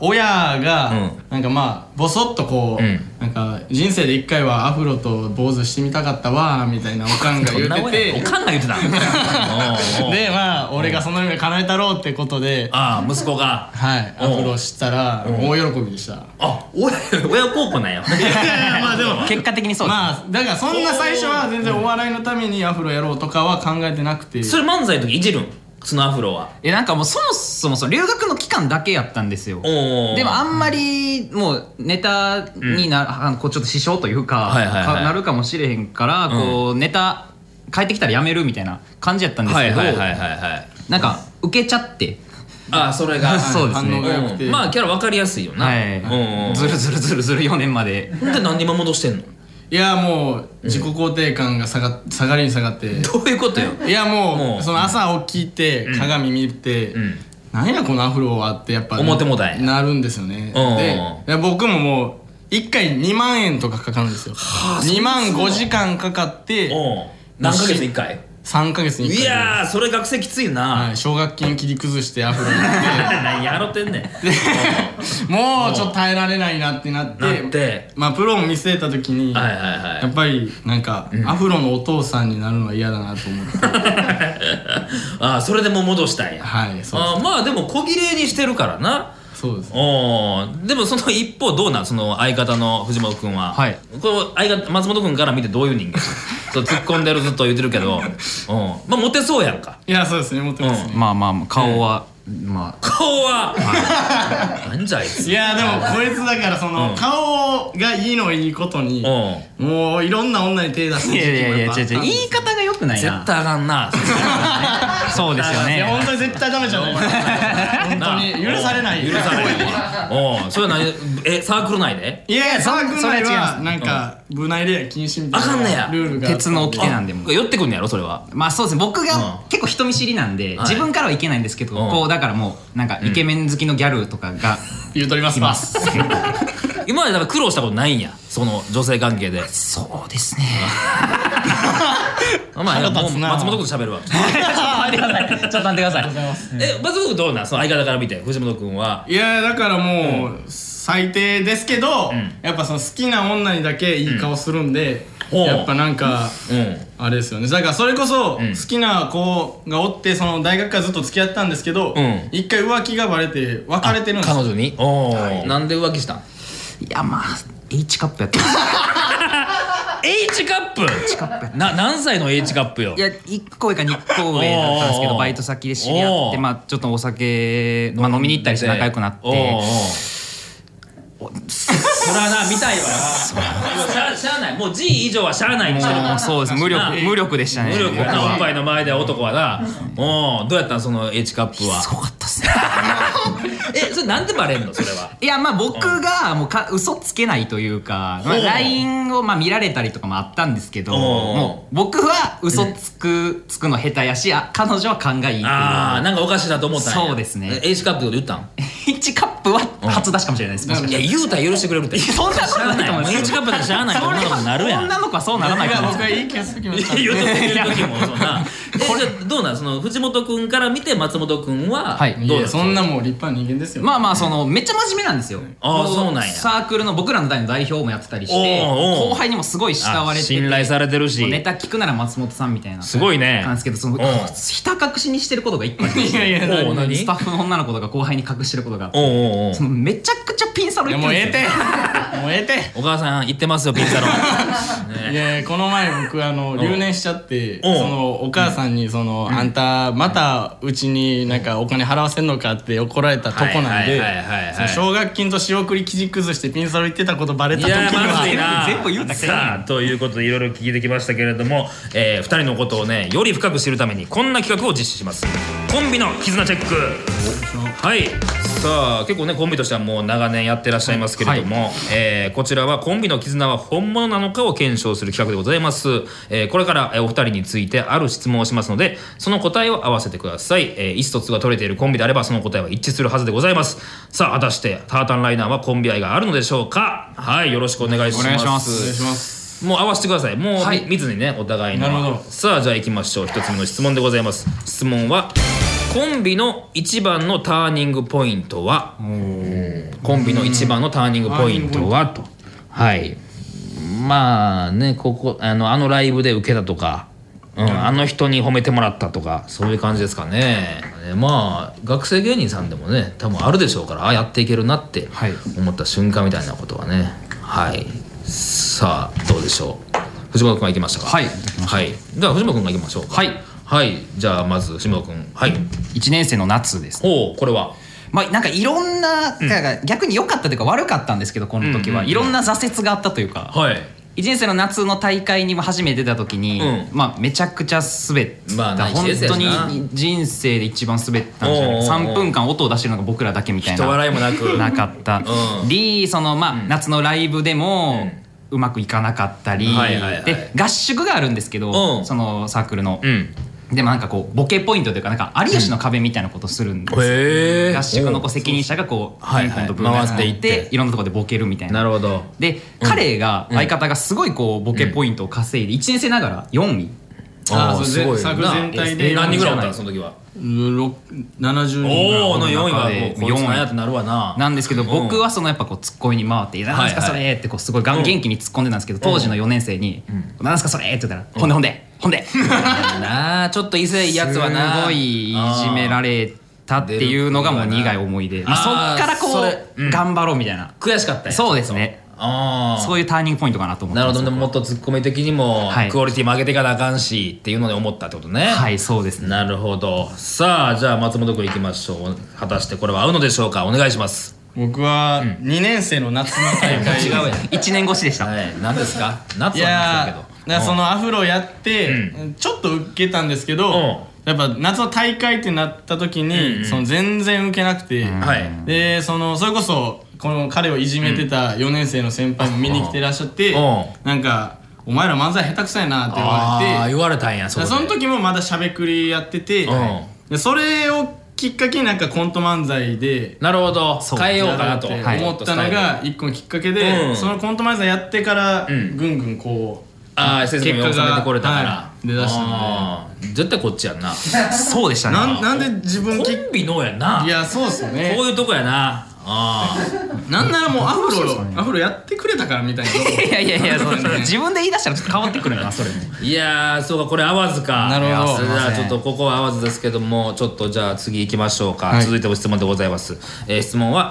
[SPEAKER 4] 親が
[SPEAKER 1] うん
[SPEAKER 4] なんかまあボソッとこう、
[SPEAKER 1] うん
[SPEAKER 4] なんか人生で1回はアフロと坊主してみたかったわみたいなおかんが言
[SPEAKER 1] どんな
[SPEAKER 4] う
[SPEAKER 1] 親
[SPEAKER 4] て
[SPEAKER 1] や
[SPEAKER 4] て
[SPEAKER 1] おかんが言 [laughs] ってたおうおう
[SPEAKER 4] でまあ俺がその夢叶えたろうってことで
[SPEAKER 1] ああ息子が
[SPEAKER 4] はい、
[SPEAKER 1] うん
[SPEAKER 4] アフロしたら大喜びでした。
[SPEAKER 1] あ親親孝行なん [laughs] やまあでも
[SPEAKER 2] 結果的にそうです
[SPEAKER 4] まあだからそんな最初は全然お笑いのためにアフロやろうとかは考えてなくて
[SPEAKER 1] それ漫才の時いじるんそのアフロは
[SPEAKER 2] えなんかもうそもそもその留学の期間だけやったんですよ
[SPEAKER 1] おー
[SPEAKER 2] でもあんまりもうネタにな、あのこうちょっと支障というか,、
[SPEAKER 1] はいはいはい
[SPEAKER 2] かなるかもしれへんからこう、ネタ帰ってきたらやめるみたいな感じやったんですけど、
[SPEAKER 1] はいはい
[SPEAKER 2] なんか受けちゃって
[SPEAKER 1] ああそれが
[SPEAKER 2] そうですね
[SPEAKER 4] 反応が良くて、
[SPEAKER 1] うんまあキャラ分かりやすいよな、
[SPEAKER 2] はい、
[SPEAKER 1] うんうん
[SPEAKER 2] ずるずるずるずる4年まで
[SPEAKER 1] ほんで何で今戻してんの
[SPEAKER 4] いやもう自己肯定感が下が下がりに下がって
[SPEAKER 1] どういうことよ
[SPEAKER 4] いやもう
[SPEAKER 1] もう
[SPEAKER 4] その朝起きて鏡見て、
[SPEAKER 1] ん
[SPEAKER 4] なんやこのアフロはってやっぱ
[SPEAKER 1] 思ってもうたんや
[SPEAKER 4] なるんですよね
[SPEAKER 1] うん
[SPEAKER 4] でいや僕ももう1回2万円とかかかるんですよ、2万5時間かかって
[SPEAKER 1] おう何ヶ月に1回
[SPEAKER 4] 3ヶ月に1回
[SPEAKER 1] いやーそれ学生きついな、
[SPEAKER 4] はい、奨学金切り崩してアフロに行っ
[SPEAKER 1] [laughs] 何やろてんねん
[SPEAKER 4] てでもうちょっと耐えられないなってなって
[SPEAKER 1] なって
[SPEAKER 4] まあプロも見据えた時に、
[SPEAKER 1] はいはい
[SPEAKER 4] や
[SPEAKER 1] は
[SPEAKER 4] っぱりなんか、アフロのお父さんになるのは嫌だなと思っ
[SPEAKER 1] い
[SPEAKER 4] て
[SPEAKER 1] あーそれでもう戻したんや、
[SPEAKER 4] はいそう
[SPEAKER 1] あーまあでも小切れにしてるからな
[SPEAKER 4] ですそうです
[SPEAKER 1] おーでもその一方どうなんその相方の藤本君は、
[SPEAKER 2] はい
[SPEAKER 1] この相方松本君から見てどういう人間そう突っ込んでるずっと言ってるけど、うん、まあモテそうやんか
[SPEAKER 4] いやそうですね持ってますね、
[SPEAKER 2] まあまあまあ顔は、まあ
[SPEAKER 1] 顔は、なんじゃあいつ
[SPEAKER 4] いやでもこいつだからその、
[SPEAKER 1] うん
[SPEAKER 4] 顔がいいのをいいことに、
[SPEAKER 1] うん
[SPEAKER 4] もういろんな女に手出す
[SPEAKER 2] い
[SPEAKER 4] 時期
[SPEAKER 2] や
[SPEAKER 4] も
[SPEAKER 2] いやい
[SPEAKER 4] や
[SPEAKER 2] や
[SPEAKER 4] っぱあ
[SPEAKER 2] 違う
[SPEAKER 4] った
[SPEAKER 2] 違う
[SPEAKER 4] んですよ
[SPEAKER 2] 言い方が良くない
[SPEAKER 1] 絶対あ
[SPEAKER 2] な
[SPEAKER 1] かんな
[SPEAKER 2] そうですよ
[SPEAKER 4] いや本
[SPEAKER 2] ね
[SPEAKER 4] 当に絶対ダメじゃんお前本当に許されない
[SPEAKER 1] 許されないおうそれは何えサークル内で
[SPEAKER 4] いやいやサークル内
[SPEAKER 2] それは違いま
[SPEAKER 4] は
[SPEAKER 2] す
[SPEAKER 4] なんか部内恋愛禁止みたい
[SPEAKER 1] あかんねや
[SPEAKER 4] なルールがあった
[SPEAKER 2] 鉄の掟なんでもう
[SPEAKER 1] 寄ってくんのやろそれは
[SPEAKER 2] まあそうですね僕が
[SPEAKER 1] うん
[SPEAKER 2] 結構人見知りなんで、
[SPEAKER 1] はい
[SPEAKER 2] 自分からはいけないんですけど、
[SPEAKER 1] うん
[SPEAKER 2] こうだからもうなんかイケメン好きのギャルとかが、
[SPEAKER 4] 言うとりますわ
[SPEAKER 1] 今までだから苦労したことないんやその女性関係で
[SPEAKER 2] そうですね
[SPEAKER 1] [laughs] まあも
[SPEAKER 4] 立
[SPEAKER 1] う
[SPEAKER 4] つな
[SPEAKER 1] 松本君と喋るわ
[SPEAKER 2] [laughs] ちょっと待ってくださいちょっと待ってください
[SPEAKER 1] え松本君どうなんその相方から見て藤本君はい
[SPEAKER 4] やだからもう最低ですけど、
[SPEAKER 1] ん
[SPEAKER 4] やっぱその好きな女にだけいい顔するんで、
[SPEAKER 1] うん
[SPEAKER 4] やっぱなんか、
[SPEAKER 1] うん
[SPEAKER 4] あれですよねだからそれこそ
[SPEAKER 1] ん
[SPEAKER 4] 好きな子がおってその大学からずっと付き合ってたんですけど、
[SPEAKER 1] うん
[SPEAKER 4] 一回浮気がバレて別れてるんです
[SPEAKER 1] 彼
[SPEAKER 4] よ
[SPEAKER 1] 女におおなんで浮気したん
[SPEAKER 2] いやまあ H カップ
[SPEAKER 1] [laughs]
[SPEAKER 2] やってました
[SPEAKER 1] H カップ
[SPEAKER 2] カッ
[SPEAKER 1] な何歳の H カップよ
[SPEAKER 2] いや1個上か2個上だったんですけ
[SPEAKER 1] おー
[SPEAKER 2] どバイト先で知り合っ
[SPEAKER 1] おー
[SPEAKER 2] てまあちょっとお酒、まあ、飲みに行ったりして仲良くなっ
[SPEAKER 1] おうおう
[SPEAKER 2] て
[SPEAKER 1] そらな見たいわしゃしゃあないもう G 以上はしゃあないにしてる
[SPEAKER 2] もうそうです無力無力でしたね
[SPEAKER 1] 無力や
[SPEAKER 2] 僕
[SPEAKER 1] なおっ
[SPEAKER 2] は
[SPEAKER 1] ぱいの前で男はなおうどうやったんその H カップは
[SPEAKER 2] すごかったっすね
[SPEAKER 1] えそれなんでバレんのそれはい
[SPEAKER 2] やまあ僕がもうか嘘つけないというか、まあ、
[SPEAKER 1] ほう
[SPEAKER 2] LINE をまあ見られたりとかもあったんですけど
[SPEAKER 1] おう
[SPEAKER 2] もう僕は嘘つくつくの下手やしあ彼女は勘がいいっていう
[SPEAKER 1] ああなんかおかしいなと思ったんや
[SPEAKER 2] そうですね
[SPEAKER 1] え H カップってこと言ったん
[SPEAKER 2] H カップは初出しかもしれないです、もしか
[SPEAKER 1] い
[SPEAKER 2] し
[SPEAKER 1] や
[SPEAKER 2] た
[SPEAKER 1] 言うた
[SPEAKER 2] ら
[SPEAKER 1] ら許してくれる [laughs] って
[SPEAKER 2] そんなことないと思い
[SPEAKER 1] し
[SPEAKER 2] ます
[SPEAKER 1] ゃあもう H カップだってしゃあないと女の子になるやん
[SPEAKER 2] 女の子はそうならない
[SPEAKER 4] 僕
[SPEAKER 2] と
[SPEAKER 4] は
[SPEAKER 2] 思
[SPEAKER 4] 僕は言い気がするきました
[SPEAKER 1] いや [laughs] 言うとってる時もそんなえじゃあどうなんその藤本君から見て松本君は
[SPEAKER 2] はい
[SPEAKER 1] どう
[SPEAKER 4] い
[SPEAKER 1] な
[SPEAKER 4] や
[SPEAKER 1] ん
[SPEAKER 4] そんなもう立派な人間ですよ、
[SPEAKER 2] まあまあそのめっちゃ真面目なんですよ
[SPEAKER 1] あー
[SPEAKER 2] こ
[SPEAKER 1] そうなんや
[SPEAKER 2] サークルの僕らの代の代表もやってたりして
[SPEAKER 1] おうおう
[SPEAKER 2] 後輩にもすごい慕われ
[SPEAKER 1] あ
[SPEAKER 2] てて
[SPEAKER 1] 信頼されてるし
[SPEAKER 2] ネタ聞くなら松本さんみたいな
[SPEAKER 1] すごいね
[SPEAKER 2] なんですけどその
[SPEAKER 1] うん
[SPEAKER 2] ひた隠しにしてることがいっぱいあって
[SPEAKER 4] いやいや
[SPEAKER 1] おう何
[SPEAKER 2] スタッフの女の子とか後輩に隠してることがあっ
[SPEAKER 1] おう
[SPEAKER 2] て
[SPEAKER 1] おうおう
[SPEAKER 2] そのめちゃくちゃピンサロ
[SPEAKER 4] いや
[SPEAKER 2] 行っ
[SPEAKER 4] も
[SPEAKER 2] てる
[SPEAKER 4] うえ
[SPEAKER 2] ん
[SPEAKER 4] え
[SPEAKER 2] ですよ
[SPEAKER 4] てもうええて
[SPEAKER 1] お母さん言ってますよピンサロンね
[SPEAKER 4] いやこの前僕あの留年しちゃってそ
[SPEAKER 1] おう
[SPEAKER 4] のお母さんにその、あんたまたうちになんかお金払わせんのかって怒られたとこなん
[SPEAKER 1] はい
[SPEAKER 4] で
[SPEAKER 1] はいはいはい
[SPEAKER 4] その奨学金と仕送り記事崩してピンサロ行ってたことバレた時
[SPEAKER 1] [laughs] い
[SPEAKER 4] に
[SPEAKER 1] [laughs] やまずい
[SPEAKER 4] は
[SPEAKER 1] な
[SPEAKER 2] 全部言うたけど
[SPEAKER 1] さあということでいろいろ聞いてきましたけれども、えー、2人のことをねより深く知るためにこんな企画を実施しますコンビの絆チェックはいさあ結構ねコンビとしてはもう長年やってらっしゃいますけれども、えーこちらはコンビの絆は本物なのかを検証する企画でございます、えーこれからえーお二人についてある質問をしますのでその答えを合わせてください、えー、意思疎通が取れているコンビであればその答えは一致するはずでございますさあ果たしてタータンライナーはコンビ愛があるのでしょうかはいよろしくお願いします
[SPEAKER 2] お願いします
[SPEAKER 4] お願いします
[SPEAKER 1] もう合わせてくださいもう、
[SPEAKER 2] はい
[SPEAKER 1] み見ずにねお互いの
[SPEAKER 4] なるほど
[SPEAKER 1] さあじゃあ行きましょう一つ目の質問でございます質問はコンビの一番のターニングポイントはコンビの一番のターニングポイントはとはいまあねここあのあのライブで受けたとか、うん、あの人に褒めてもらったとかそういう感じですかねねまあ学生芸人さんでもね多分あるでしょうからあやっていけるなって
[SPEAKER 2] はい
[SPEAKER 1] 思った瞬間みたいなことはねはいさあどうでしょう藤本君が行きましたか
[SPEAKER 2] はい
[SPEAKER 1] はいでは藤本君が行きましょうか
[SPEAKER 2] はい
[SPEAKER 1] はいじゃあまず藤本君はい
[SPEAKER 2] 1年生の夏です
[SPEAKER 1] おおこれは
[SPEAKER 2] まあなんかいろんなだから逆に良かったというか悪かったんですけどこの
[SPEAKER 1] うん
[SPEAKER 2] 時
[SPEAKER 1] うんう
[SPEAKER 2] は
[SPEAKER 1] ん
[SPEAKER 2] いろんな挫折があったというか
[SPEAKER 1] はい
[SPEAKER 2] 1年生の夏の大会にも初めて出た時に、
[SPEAKER 1] う
[SPEAKER 2] まあめちゃくちゃ滑った、
[SPEAKER 1] まあない
[SPEAKER 2] 本
[SPEAKER 1] 季節や
[SPEAKER 2] 当
[SPEAKER 1] しな
[SPEAKER 2] に人生で一番滑ったんじゃない
[SPEAKER 1] お
[SPEAKER 2] か
[SPEAKER 1] うおうおう
[SPEAKER 2] 3分間音を出してるのが僕らだけみたい
[SPEAKER 1] 人
[SPEAKER 2] な
[SPEAKER 1] 笑いもなく
[SPEAKER 2] なかった
[SPEAKER 1] うん
[SPEAKER 2] り、そのまあ、夏のライブでも、
[SPEAKER 1] うん
[SPEAKER 2] うまくいかなかったり、
[SPEAKER 1] はいはいはい
[SPEAKER 2] で合宿があるんですけど、
[SPEAKER 1] うん
[SPEAKER 2] そのサークルの、
[SPEAKER 1] [laughs] うん
[SPEAKER 2] でもなんかこうボケポイントというかなんか有吉の壁みたいなことするんですよ、
[SPEAKER 1] へー
[SPEAKER 2] 合宿のこう責任者がこう
[SPEAKER 1] はい
[SPEAKER 2] ピンポンと
[SPEAKER 1] はい
[SPEAKER 2] 分
[SPEAKER 1] 回っていって
[SPEAKER 2] いろんなところでボケるみたいな
[SPEAKER 1] なるほど
[SPEAKER 2] で彼が相方がすごいこうボケポイントを稼いで1年生ながら4位
[SPEAKER 4] あー
[SPEAKER 1] ー
[SPEAKER 4] それで作
[SPEAKER 1] な
[SPEAKER 4] 全体で
[SPEAKER 1] え何人ぐらいおったのその時は
[SPEAKER 4] ろ70
[SPEAKER 1] おお
[SPEAKER 4] 人
[SPEAKER 1] の4位はもうこいつ
[SPEAKER 2] 四位
[SPEAKER 1] なんやってなるわな
[SPEAKER 2] なんですけど
[SPEAKER 1] うん
[SPEAKER 2] 僕はそのやっぱこうツッコミに回って「何ですか
[SPEAKER 1] はい
[SPEAKER 2] そ
[SPEAKER 1] はい
[SPEAKER 2] れ」ってこうすごいがん元気に突っ込んでたんですけど当時の4年生に「何ですかそれ」って言ったら「ほんでほんでほんで」
[SPEAKER 1] [laughs] なあちょっと異性いいやつはな
[SPEAKER 2] すごいいじめられたっていうのがもう苦い思い出、まあ、
[SPEAKER 1] あー
[SPEAKER 2] そっからこ
[SPEAKER 1] それう
[SPEAKER 2] う頑張ろうみたいな、
[SPEAKER 1] 悔しかったんや
[SPEAKER 2] そうですね
[SPEAKER 1] ああ
[SPEAKER 2] そういうターニングポイントかなと思って
[SPEAKER 1] なるほどで
[SPEAKER 2] ね
[SPEAKER 1] ももっとツッコミ的にも
[SPEAKER 2] はい
[SPEAKER 1] クオリティも上げていかなあかんしっていうので思ったってことね
[SPEAKER 2] はいそうですね
[SPEAKER 1] なるほどさあじゃあ松本君いきましょう果たしてこれは合うのでしょうかお願いします
[SPEAKER 4] 僕は2年生の夏の大会
[SPEAKER 1] [laughs] 違うやん
[SPEAKER 2] 1年越しでした、
[SPEAKER 1] はい何ですか夏
[SPEAKER 4] い
[SPEAKER 1] は
[SPEAKER 4] や
[SPEAKER 1] 夏だ
[SPEAKER 4] ー
[SPEAKER 1] け
[SPEAKER 4] だから
[SPEAKER 1] ど
[SPEAKER 4] そのアフロやって、ちょっと受けたんですけど、やっぱ夏の大会ってなった時に、その全然受けなくて、
[SPEAKER 1] うんはい
[SPEAKER 4] でそのそれこそこの彼をいじめてた4年生の先輩も見に来てらっしゃって、
[SPEAKER 1] う
[SPEAKER 4] なんか「お前ら漫才下手くそやな」って言わ
[SPEAKER 1] ああ
[SPEAKER 4] れて
[SPEAKER 1] 言われたんや
[SPEAKER 4] だか
[SPEAKER 1] そ
[SPEAKER 4] ら
[SPEAKER 1] こで
[SPEAKER 4] その時もまだしゃべくりやってて、
[SPEAKER 1] うん
[SPEAKER 4] でそれをきっかけになんかコント漫才で。
[SPEAKER 1] なるほど
[SPEAKER 2] そう
[SPEAKER 1] 変えようか
[SPEAKER 4] や
[SPEAKER 1] な
[SPEAKER 4] ろ
[SPEAKER 1] と
[SPEAKER 4] うって思ったのが一個のきっかけで、
[SPEAKER 1] うん
[SPEAKER 4] そのコント漫才やってからぐ
[SPEAKER 1] ん
[SPEAKER 4] んぐんこう
[SPEAKER 1] ああ成績も
[SPEAKER 4] 結果が
[SPEAKER 1] 収めてこれたから、
[SPEAKER 4] はい出だしたんで
[SPEAKER 1] あー絶対こっちやんな
[SPEAKER 2] そうでしたね
[SPEAKER 4] なんなんで自
[SPEAKER 1] コ
[SPEAKER 4] 分き
[SPEAKER 1] ンビのやんない
[SPEAKER 4] やそうっすよね
[SPEAKER 1] こういうとこやなあ
[SPEAKER 4] なんならもうアフロ、アフロやってくれたからみたいな
[SPEAKER 2] いやいやいやそう
[SPEAKER 4] そうです
[SPEAKER 1] [laughs]
[SPEAKER 4] ね
[SPEAKER 2] 自分で言い出したらちょっと変わってくるなそれも
[SPEAKER 1] ーいやーそうかこれ合わずか
[SPEAKER 4] なるほ
[SPEAKER 1] いやじゃ
[SPEAKER 4] ど
[SPEAKER 1] あち
[SPEAKER 2] すい
[SPEAKER 1] ょ
[SPEAKER 2] ませ
[SPEAKER 1] っ
[SPEAKER 2] ん
[SPEAKER 1] とここは合わずですけどもちょっとじゃあ次行きましょうか、
[SPEAKER 4] はい
[SPEAKER 1] 続いての質問でございます、えー質問は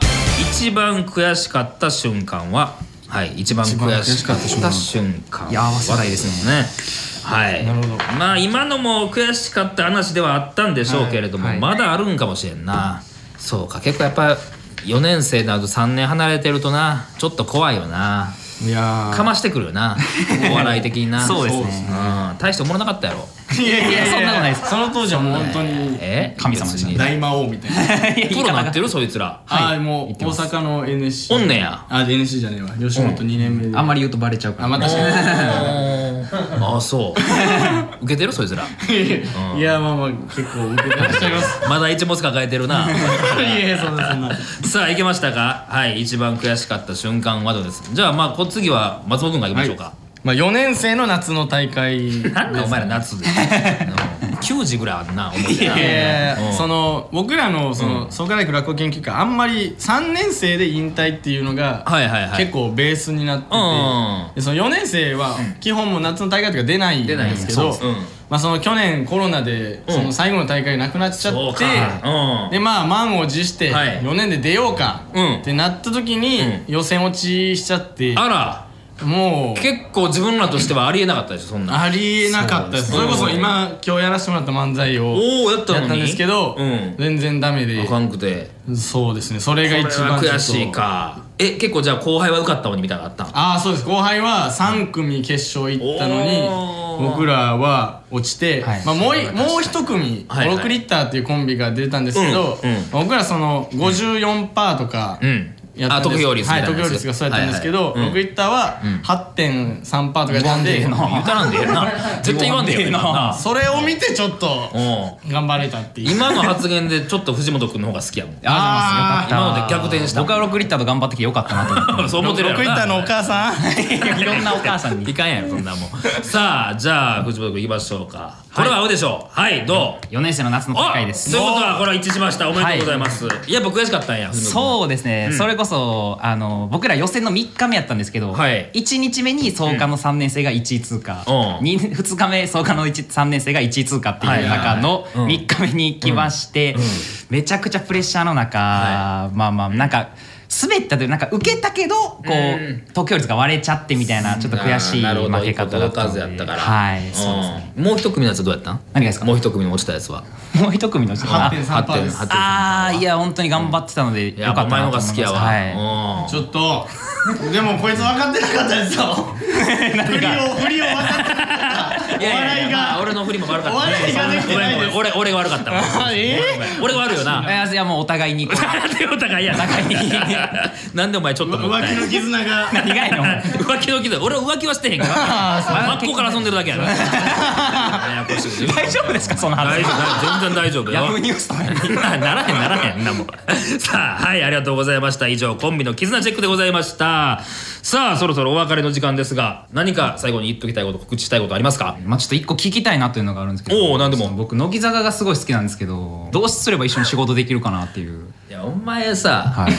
[SPEAKER 1] 一番悔しかった瞬間ははい一番悔しかった瞬間
[SPEAKER 2] いや合わせたいです
[SPEAKER 1] ねはい
[SPEAKER 4] なるほど
[SPEAKER 1] まあ今のも悔しかった話ではあったんでしょうけれども、
[SPEAKER 2] はいはい
[SPEAKER 1] まだあるんかもしれんなそうか結構やっぱ4年生など3年離れてるとなちょっと怖いよない
[SPEAKER 4] や
[SPEAKER 1] かましてくるよ
[SPEAKER 4] [laughs]
[SPEAKER 1] なお笑い的にな
[SPEAKER 2] そうですね
[SPEAKER 1] うん大しておもろなかったやろ
[SPEAKER 4] いやいや
[SPEAKER 2] そんなことないです
[SPEAKER 4] その当時はもう本当に
[SPEAKER 1] え
[SPEAKER 2] 神様でしたね
[SPEAKER 1] 別に
[SPEAKER 4] 大魔王みたいな
[SPEAKER 1] プロなってるそいつら
[SPEAKER 4] あーもう大阪の NSC
[SPEAKER 1] おんねや
[SPEAKER 4] あ NSC じゃねえわ吉本2年目で
[SPEAKER 2] あんまり言うとバレちゃうから、
[SPEAKER 4] あまあ確か
[SPEAKER 1] ああそう [laughs] 受けてるそいつら
[SPEAKER 4] に [laughs] いやまあまあ結構受けてらっしゃいます
[SPEAKER 1] [laughs] まだ一物抱えてるない
[SPEAKER 4] やいやそんなそんな
[SPEAKER 1] さあ行けましたかはい一番悔しかった瞬間はどうですじゃあまあこ次は松本君が行きましょうか、
[SPEAKER 4] まあ4年生の夏の大会
[SPEAKER 1] なんだお前ら夏
[SPEAKER 4] [laughs]
[SPEAKER 1] で9時ぐらいあんな思って
[SPEAKER 4] い
[SPEAKER 1] な
[SPEAKER 4] やいや
[SPEAKER 1] うん
[SPEAKER 4] その僕らのその創価大学落語研究会あんまり3年生で引退っていうのが
[SPEAKER 1] はいはいはい
[SPEAKER 4] 結構ベースになってて
[SPEAKER 1] うん
[SPEAKER 4] でその4年生は基本もう夏の大会とか出ないん
[SPEAKER 1] 出ないん
[SPEAKER 4] で
[SPEAKER 1] です
[SPEAKER 4] す
[SPEAKER 1] け
[SPEAKER 4] け
[SPEAKER 1] ど
[SPEAKER 4] ど
[SPEAKER 1] そうですうん
[SPEAKER 4] まあその去年コロナでその最後の大会なくなっちゃ
[SPEAKER 1] そう
[SPEAKER 4] って
[SPEAKER 1] かうん
[SPEAKER 4] でまあ満を持して
[SPEAKER 1] はい
[SPEAKER 4] 4年で出ようか
[SPEAKER 1] うん
[SPEAKER 4] ってなった時に予選落ちしちゃって
[SPEAKER 1] あら
[SPEAKER 4] もう
[SPEAKER 1] 結構自分らとしてはありえなかったでしょそんな
[SPEAKER 4] ありえなかったで
[SPEAKER 1] そ
[SPEAKER 4] すそうれ
[SPEAKER 1] で
[SPEAKER 4] こ
[SPEAKER 1] すね
[SPEAKER 4] そ今今日やらせてもらった漫才を
[SPEAKER 1] おおやったのに
[SPEAKER 4] やったんですけど、
[SPEAKER 1] うん
[SPEAKER 4] 全然ダメで
[SPEAKER 1] あかんくて
[SPEAKER 4] そうですねそれが一番ちょっと
[SPEAKER 1] 悔しいかえ結構じゃあ後輩は受かったのにみたいなのあったん
[SPEAKER 4] ああそうです後輩は3組決勝行ったの
[SPEAKER 1] お
[SPEAKER 4] に
[SPEAKER 1] ー
[SPEAKER 4] 僕らは落ちて、
[SPEAKER 2] はい
[SPEAKER 4] まあ、もういもう一組
[SPEAKER 1] はいはい
[SPEAKER 4] 56リッターっていうコンビが出たんですけど、
[SPEAKER 1] うんうん
[SPEAKER 4] 僕らその54%とか
[SPEAKER 1] うん
[SPEAKER 4] やったんです、
[SPEAKER 1] あ得票率み
[SPEAKER 4] は
[SPEAKER 1] たいな
[SPEAKER 4] い
[SPEAKER 1] やつ
[SPEAKER 4] 得票率がそうやったんですけど、
[SPEAKER 1] はいはいうん
[SPEAKER 4] 6リッターは8.3%とかやったんで、
[SPEAKER 1] 言わんでええな絶対言わんでええな
[SPEAKER 4] それを見てちょっと
[SPEAKER 1] うん
[SPEAKER 4] 頑張れたっていう。
[SPEAKER 1] 今の発言でちょっと藤本君の方が好きやもん
[SPEAKER 2] あ
[SPEAKER 4] あ
[SPEAKER 2] ーじゃあ
[SPEAKER 1] 今ので逆転した
[SPEAKER 2] 僕は6リッターと頑張ってきてよかったなと思って
[SPEAKER 1] そう思ってるや
[SPEAKER 4] 6
[SPEAKER 1] ろ
[SPEAKER 4] リッターのお母さん
[SPEAKER 1] [laughs]
[SPEAKER 2] いろんなお母さんに
[SPEAKER 1] いかんやろそんなもんさあじゃあ藤本君いきましょうかこれは合うでしょうはいどう
[SPEAKER 2] 4年生の夏の
[SPEAKER 1] あ
[SPEAKER 2] 大
[SPEAKER 1] というこ
[SPEAKER 2] 会です
[SPEAKER 1] とはこれは一致しましたおめでとうございますやっぱ悔しかったんやう
[SPEAKER 2] そうですね、それこそあの僕ら予選の3日目やったんですけど、
[SPEAKER 1] はい
[SPEAKER 2] 1日目に創価の3年生が1位通過、
[SPEAKER 1] うん
[SPEAKER 2] 二 2, 日目創価の1 3年生が1位通過っていう中の
[SPEAKER 1] いはいうん
[SPEAKER 2] 3日目に来まして、めちゃくちゃプレッシャーの中、
[SPEAKER 1] は
[SPEAKER 2] まあまあなんか滑ったというなんか受けたけどこう、
[SPEAKER 1] うん
[SPEAKER 2] 得票率が割れちゃってみたいなちょっと悔しい
[SPEAKER 1] なるほど
[SPEAKER 2] 負け方だったの
[SPEAKER 1] 数
[SPEAKER 2] で
[SPEAKER 1] やったから
[SPEAKER 2] はいそうですね、
[SPEAKER 1] うんもう一組のやつはどうやったん
[SPEAKER 2] 何がですか
[SPEAKER 1] もう一組の落ちたやつは
[SPEAKER 2] もう一組のうちの
[SPEAKER 4] 8.3 3%です
[SPEAKER 1] 8.8
[SPEAKER 2] あーいや本当に頑張ってたので
[SPEAKER 1] や
[SPEAKER 2] よ
[SPEAKER 1] っぱ
[SPEAKER 2] か
[SPEAKER 1] お
[SPEAKER 2] った
[SPEAKER 1] 前の
[SPEAKER 2] な
[SPEAKER 1] 方が好
[SPEAKER 2] と思います
[SPEAKER 1] きやわ
[SPEAKER 2] はい
[SPEAKER 1] うん
[SPEAKER 4] ちょっとでも
[SPEAKER 1] [laughs]
[SPEAKER 4] こいつ分かってなかったですよ振りを振りを分かってなかったお
[SPEAKER 1] いやいやい
[SPEAKER 4] 笑い
[SPEAKER 1] やまあ
[SPEAKER 4] が
[SPEAKER 1] 俺の振りも悪かった
[SPEAKER 4] お笑いができてないです
[SPEAKER 1] ごめんごめん俺俺が悪かった [laughs] わ
[SPEAKER 4] あえ
[SPEAKER 1] ごめん俺が悪いよな
[SPEAKER 2] やいやもうお互いに
[SPEAKER 1] なんでお互いやなん [laughs] でお前ちょっともったいない
[SPEAKER 4] 浮気の絆が
[SPEAKER 2] 何がやねんお前
[SPEAKER 1] 浮気の傷俺は浮気はしてへんから真っ向から遊んでるだけやなややこしい
[SPEAKER 2] 大丈夫ですかそ
[SPEAKER 1] [laughs]
[SPEAKER 2] の
[SPEAKER 1] 大
[SPEAKER 2] 話
[SPEAKER 1] 丈夫全然大丈夫よ
[SPEAKER 2] ヤフーニュースとかに
[SPEAKER 1] なならへんならへんなもんさあはいありがとうございました以上コンビの絆チェックでございましたさあそろそろお別れの時間ですが何か最後に言っときたいこと告知したいことありますか
[SPEAKER 2] まあちょっと一個聞きたいなというのがあるんですけど
[SPEAKER 1] おうなんでも
[SPEAKER 2] 僕乃木坂がすごい好きなんですけどどうすれば一緒に仕事できるかなっていう
[SPEAKER 1] いやお前さ
[SPEAKER 2] はい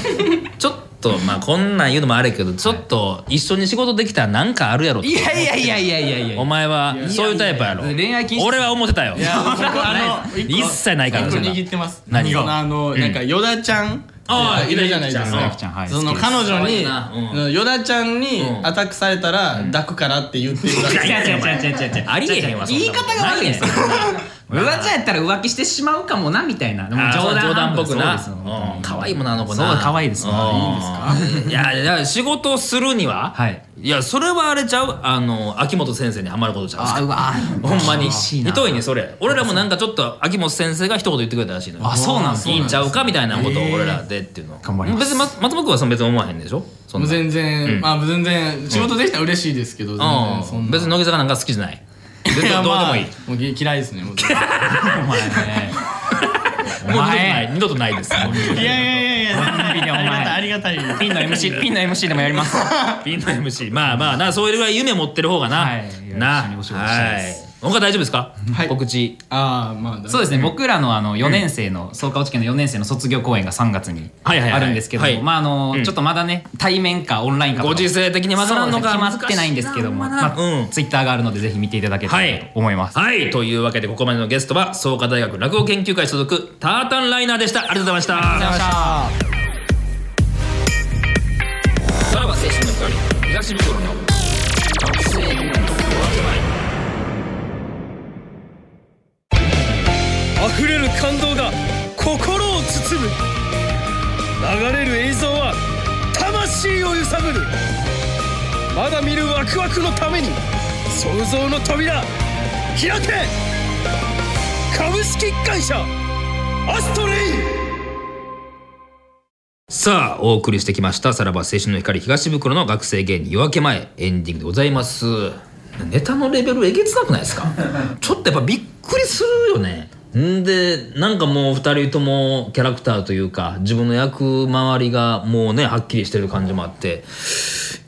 [SPEAKER 1] ちょっとまあこんなん言うのもあれやけどちょっと一緒に仕事できたらなんかあるやろ
[SPEAKER 2] いやいやいやいやいやいや
[SPEAKER 1] お前はそういうタイプやろ
[SPEAKER 2] いや恋愛禁止
[SPEAKER 1] 俺は思ってたよ
[SPEAKER 4] いや僕あの
[SPEAKER 1] 一切ないから
[SPEAKER 4] 一個
[SPEAKER 1] そんな
[SPEAKER 4] 握ってます
[SPEAKER 1] 何が
[SPEAKER 4] そのあのなんかヨダちゃん
[SPEAKER 1] ああ
[SPEAKER 4] いるじゃないです
[SPEAKER 1] ヨ
[SPEAKER 2] ダ
[SPEAKER 4] か
[SPEAKER 2] ちゃんはい
[SPEAKER 4] その
[SPEAKER 2] 好きです
[SPEAKER 4] 彼女
[SPEAKER 1] いい
[SPEAKER 4] に
[SPEAKER 1] な
[SPEAKER 4] ヨダちゃんに
[SPEAKER 1] うん
[SPEAKER 4] アタックされたら抱くからって言ってるだけ
[SPEAKER 1] いやいやいやいや
[SPEAKER 2] 違う違う違う違う
[SPEAKER 1] ありえへんわそん
[SPEAKER 2] 言
[SPEAKER 1] ないもん
[SPEAKER 2] 方が悪いんですよ
[SPEAKER 1] ないねん
[SPEAKER 2] 浮気やったら浮気してしまうかもなみたいなでも
[SPEAKER 1] あーそう冗談っ
[SPEAKER 2] 半
[SPEAKER 1] ぽ
[SPEAKER 2] 分
[SPEAKER 1] くな
[SPEAKER 2] そうですよ
[SPEAKER 1] うん可愛いもんなあの子
[SPEAKER 2] そ
[SPEAKER 1] な
[SPEAKER 2] う可愛いですねいいんですか
[SPEAKER 1] ですかいやいや仕事をするには
[SPEAKER 2] はい
[SPEAKER 1] いやそれはあれちゃうあの秋元先生にハマることちゃう
[SPEAKER 2] あーうわ
[SPEAKER 1] ほんまに
[SPEAKER 2] 厳しいな
[SPEAKER 1] ひどいねそれ俺らもなんかちょっと秋元先生が一言言ってくれたらしいのよ
[SPEAKER 2] あそうなんです
[SPEAKER 1] いいんちゃうかみたいなことを俺らでっていうの
[SPEAKER 2] 頑張ります
[SPEAKER 1] 別に松松本君はその別に思わへんでしょそん
[SPEAKER 4] もう
[SPEAKER 1] な
[SPEAKER 4] 全然まあ全然仕事できたら嬉しいですけど全然そ
[SPEAKER 1] うんん
[SPEAKER 4] な
[SPEAKER 1] 別に乃木坂なんか好きじゃ
[SPEAKER 2] [laughs]
[SPEAKER 1] ない別に
[SPEAKER 4] いや
[SPEAKER 1] どうで
[SPEAKER 4] ま
[SPEAKER 1] も
[SPEAKER 4] あ
[SPEAKER 1] いい
[SPEAKER 4] もう嫌いですねもう
[SPEAKER 1] [laughs]
[SPEAKER 2] お前ねお
[SPEAKER 1] もう二度とない
[SPEAKER 2] 前
[SPEAKER 1] 二度とないです
[SPEAKER 2] [laughs]
[SPEAKER 4] いやいやいやいや
[SPEAKER 2] ビデオお前
[SPEAKER 4] ありがたいありがたい
[SPEAKER 2] ピンの
[SPEAKER 1] [laughs]
[SPEAKER 2] MC ピンの MC でもやります
[SPEAKER 1] ピンの MC まあまあなそういうぐらい夢持ってる方がな、
[SPEAKER 2] はい
[SPEAKER 1] な
[SPEAKER 2] 一緒にお仕事したい
[SPEAKER 1] は
[SPEAKER 2] で
[SPEAKER 1] い
[SPEAKER 2] す
[SPEAKER 1] 他大丈夫ですか、
[SPEAKER 4] はい
[SPEAKER 1] 告知
[SPEAKER 4] ああまあ
[SPEAKER 2] そうですね僕らのあの4年生の創価落研の4年生の卒業公演が3月に
[SPEAKER 1] はいはいはい
[SPEAKER 2] あるんですけど
[SPEAKER 1] はい
[SPEAKER 2] まああの
[SPEAKER 1] うん
[SPEAKER 2] ちょっとまだね対面かオンラインかと
[SPEAKER 1] ご
[SPEAKER 2] か
[SPEAKER 1] 時世的に混ざらんのか
[SPEAKER 2] そうですね決まってないんですけども
[SPEAKER 1] 難しいなほんまな
[SPEAKER 2] まあ
[SPEAKER 1] うん
[SPEAKER 2] ツイッターがあるのでぜひ見ていただけた
[SPEAKER 1] は
[SPEAKER 2] ら
[SPEAKER 1] い
[SPEAKER 2] と思います
[SPEAKER 1] はいというわけでここまでのゲストは創価大学落語研究会所属タータンライナーでしたありがとうございましたさらば青春の光東袋の学生ユニット
[SPEAKER 3] 溢れる感動が心を包む流れる映像は魂を揺さぶるまだ見るワクワクのために創造の扉開け株式会社アストレイン
[SPEAKER 1] さあお送りしてきましたさらば青春の光東袋の学生芸人夜明け前エンディングでございますネタのレベルえげつなくないですかちょっとやっぱびっくりするよねんでなんかもう2人ともキャラクターというか自分の役回りがもうねはっきりしてる感じもあって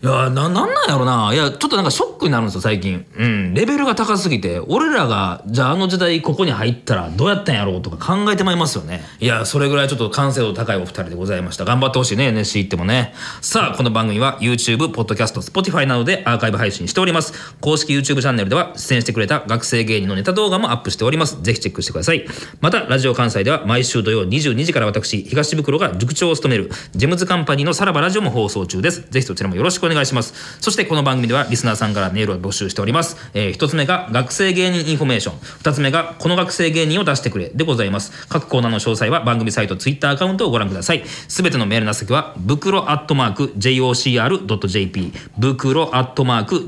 [SPEAKER 1] いやななんなんやろないやちょっとなんかショックになるんですよ最近うんレベルが高すぎて俺らがじゃああの時代ここに入ったらどうやったんやろうとか考えてまいりますよねいやそれぐらいちょっと完成度高いお二人でございました頑張ってほしいね NSC 行ってもねさあこの番組は YouTube ポッドキャスト Spotify などでアーカイブ配信しております公式 YouTube チャンネルでは出演してくれた学生芸人のネタ動画もアップしておりますぜひチェックしてくださいまたラジオ関西では毎週土曜22時から私東袋が塾長を務めるジェムズカンパニーのさらばラジオも放送中ですぜひそちらもよろしくお願いしますそしてこの番組ではリスナーさんからメールを募集しております、え1つ目が学生芸人インフォメーション2つ目がこの学生芸人を出してくれでございます各コーナーの詳細は番組サイト Twitter アカウントをご覧くださいすべてのメールの先は袋アットマーク JOCR.jp 袋アットマーク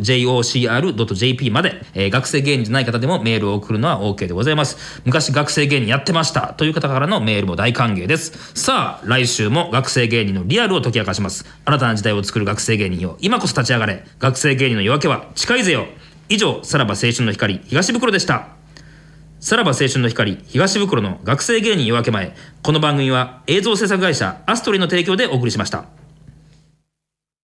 [SPEAKER 1] JOCR.jp まで、えー学生芸人じゃない方でもメールを送るのは OK でございます昔学生芸人やってましたという方からのメールも大歓迎ですさあ来週も学生芸人のリアルを解き明かします新たな時代を作る学生芸人よ今こそ立ち上がれ学生芸人の夜明けは近いぜよ以上さらば青春の光東袋でしたさらば青春の光東袋の学生芸人夜明け前この番組は映像制作会社アストリの提供でお送りしました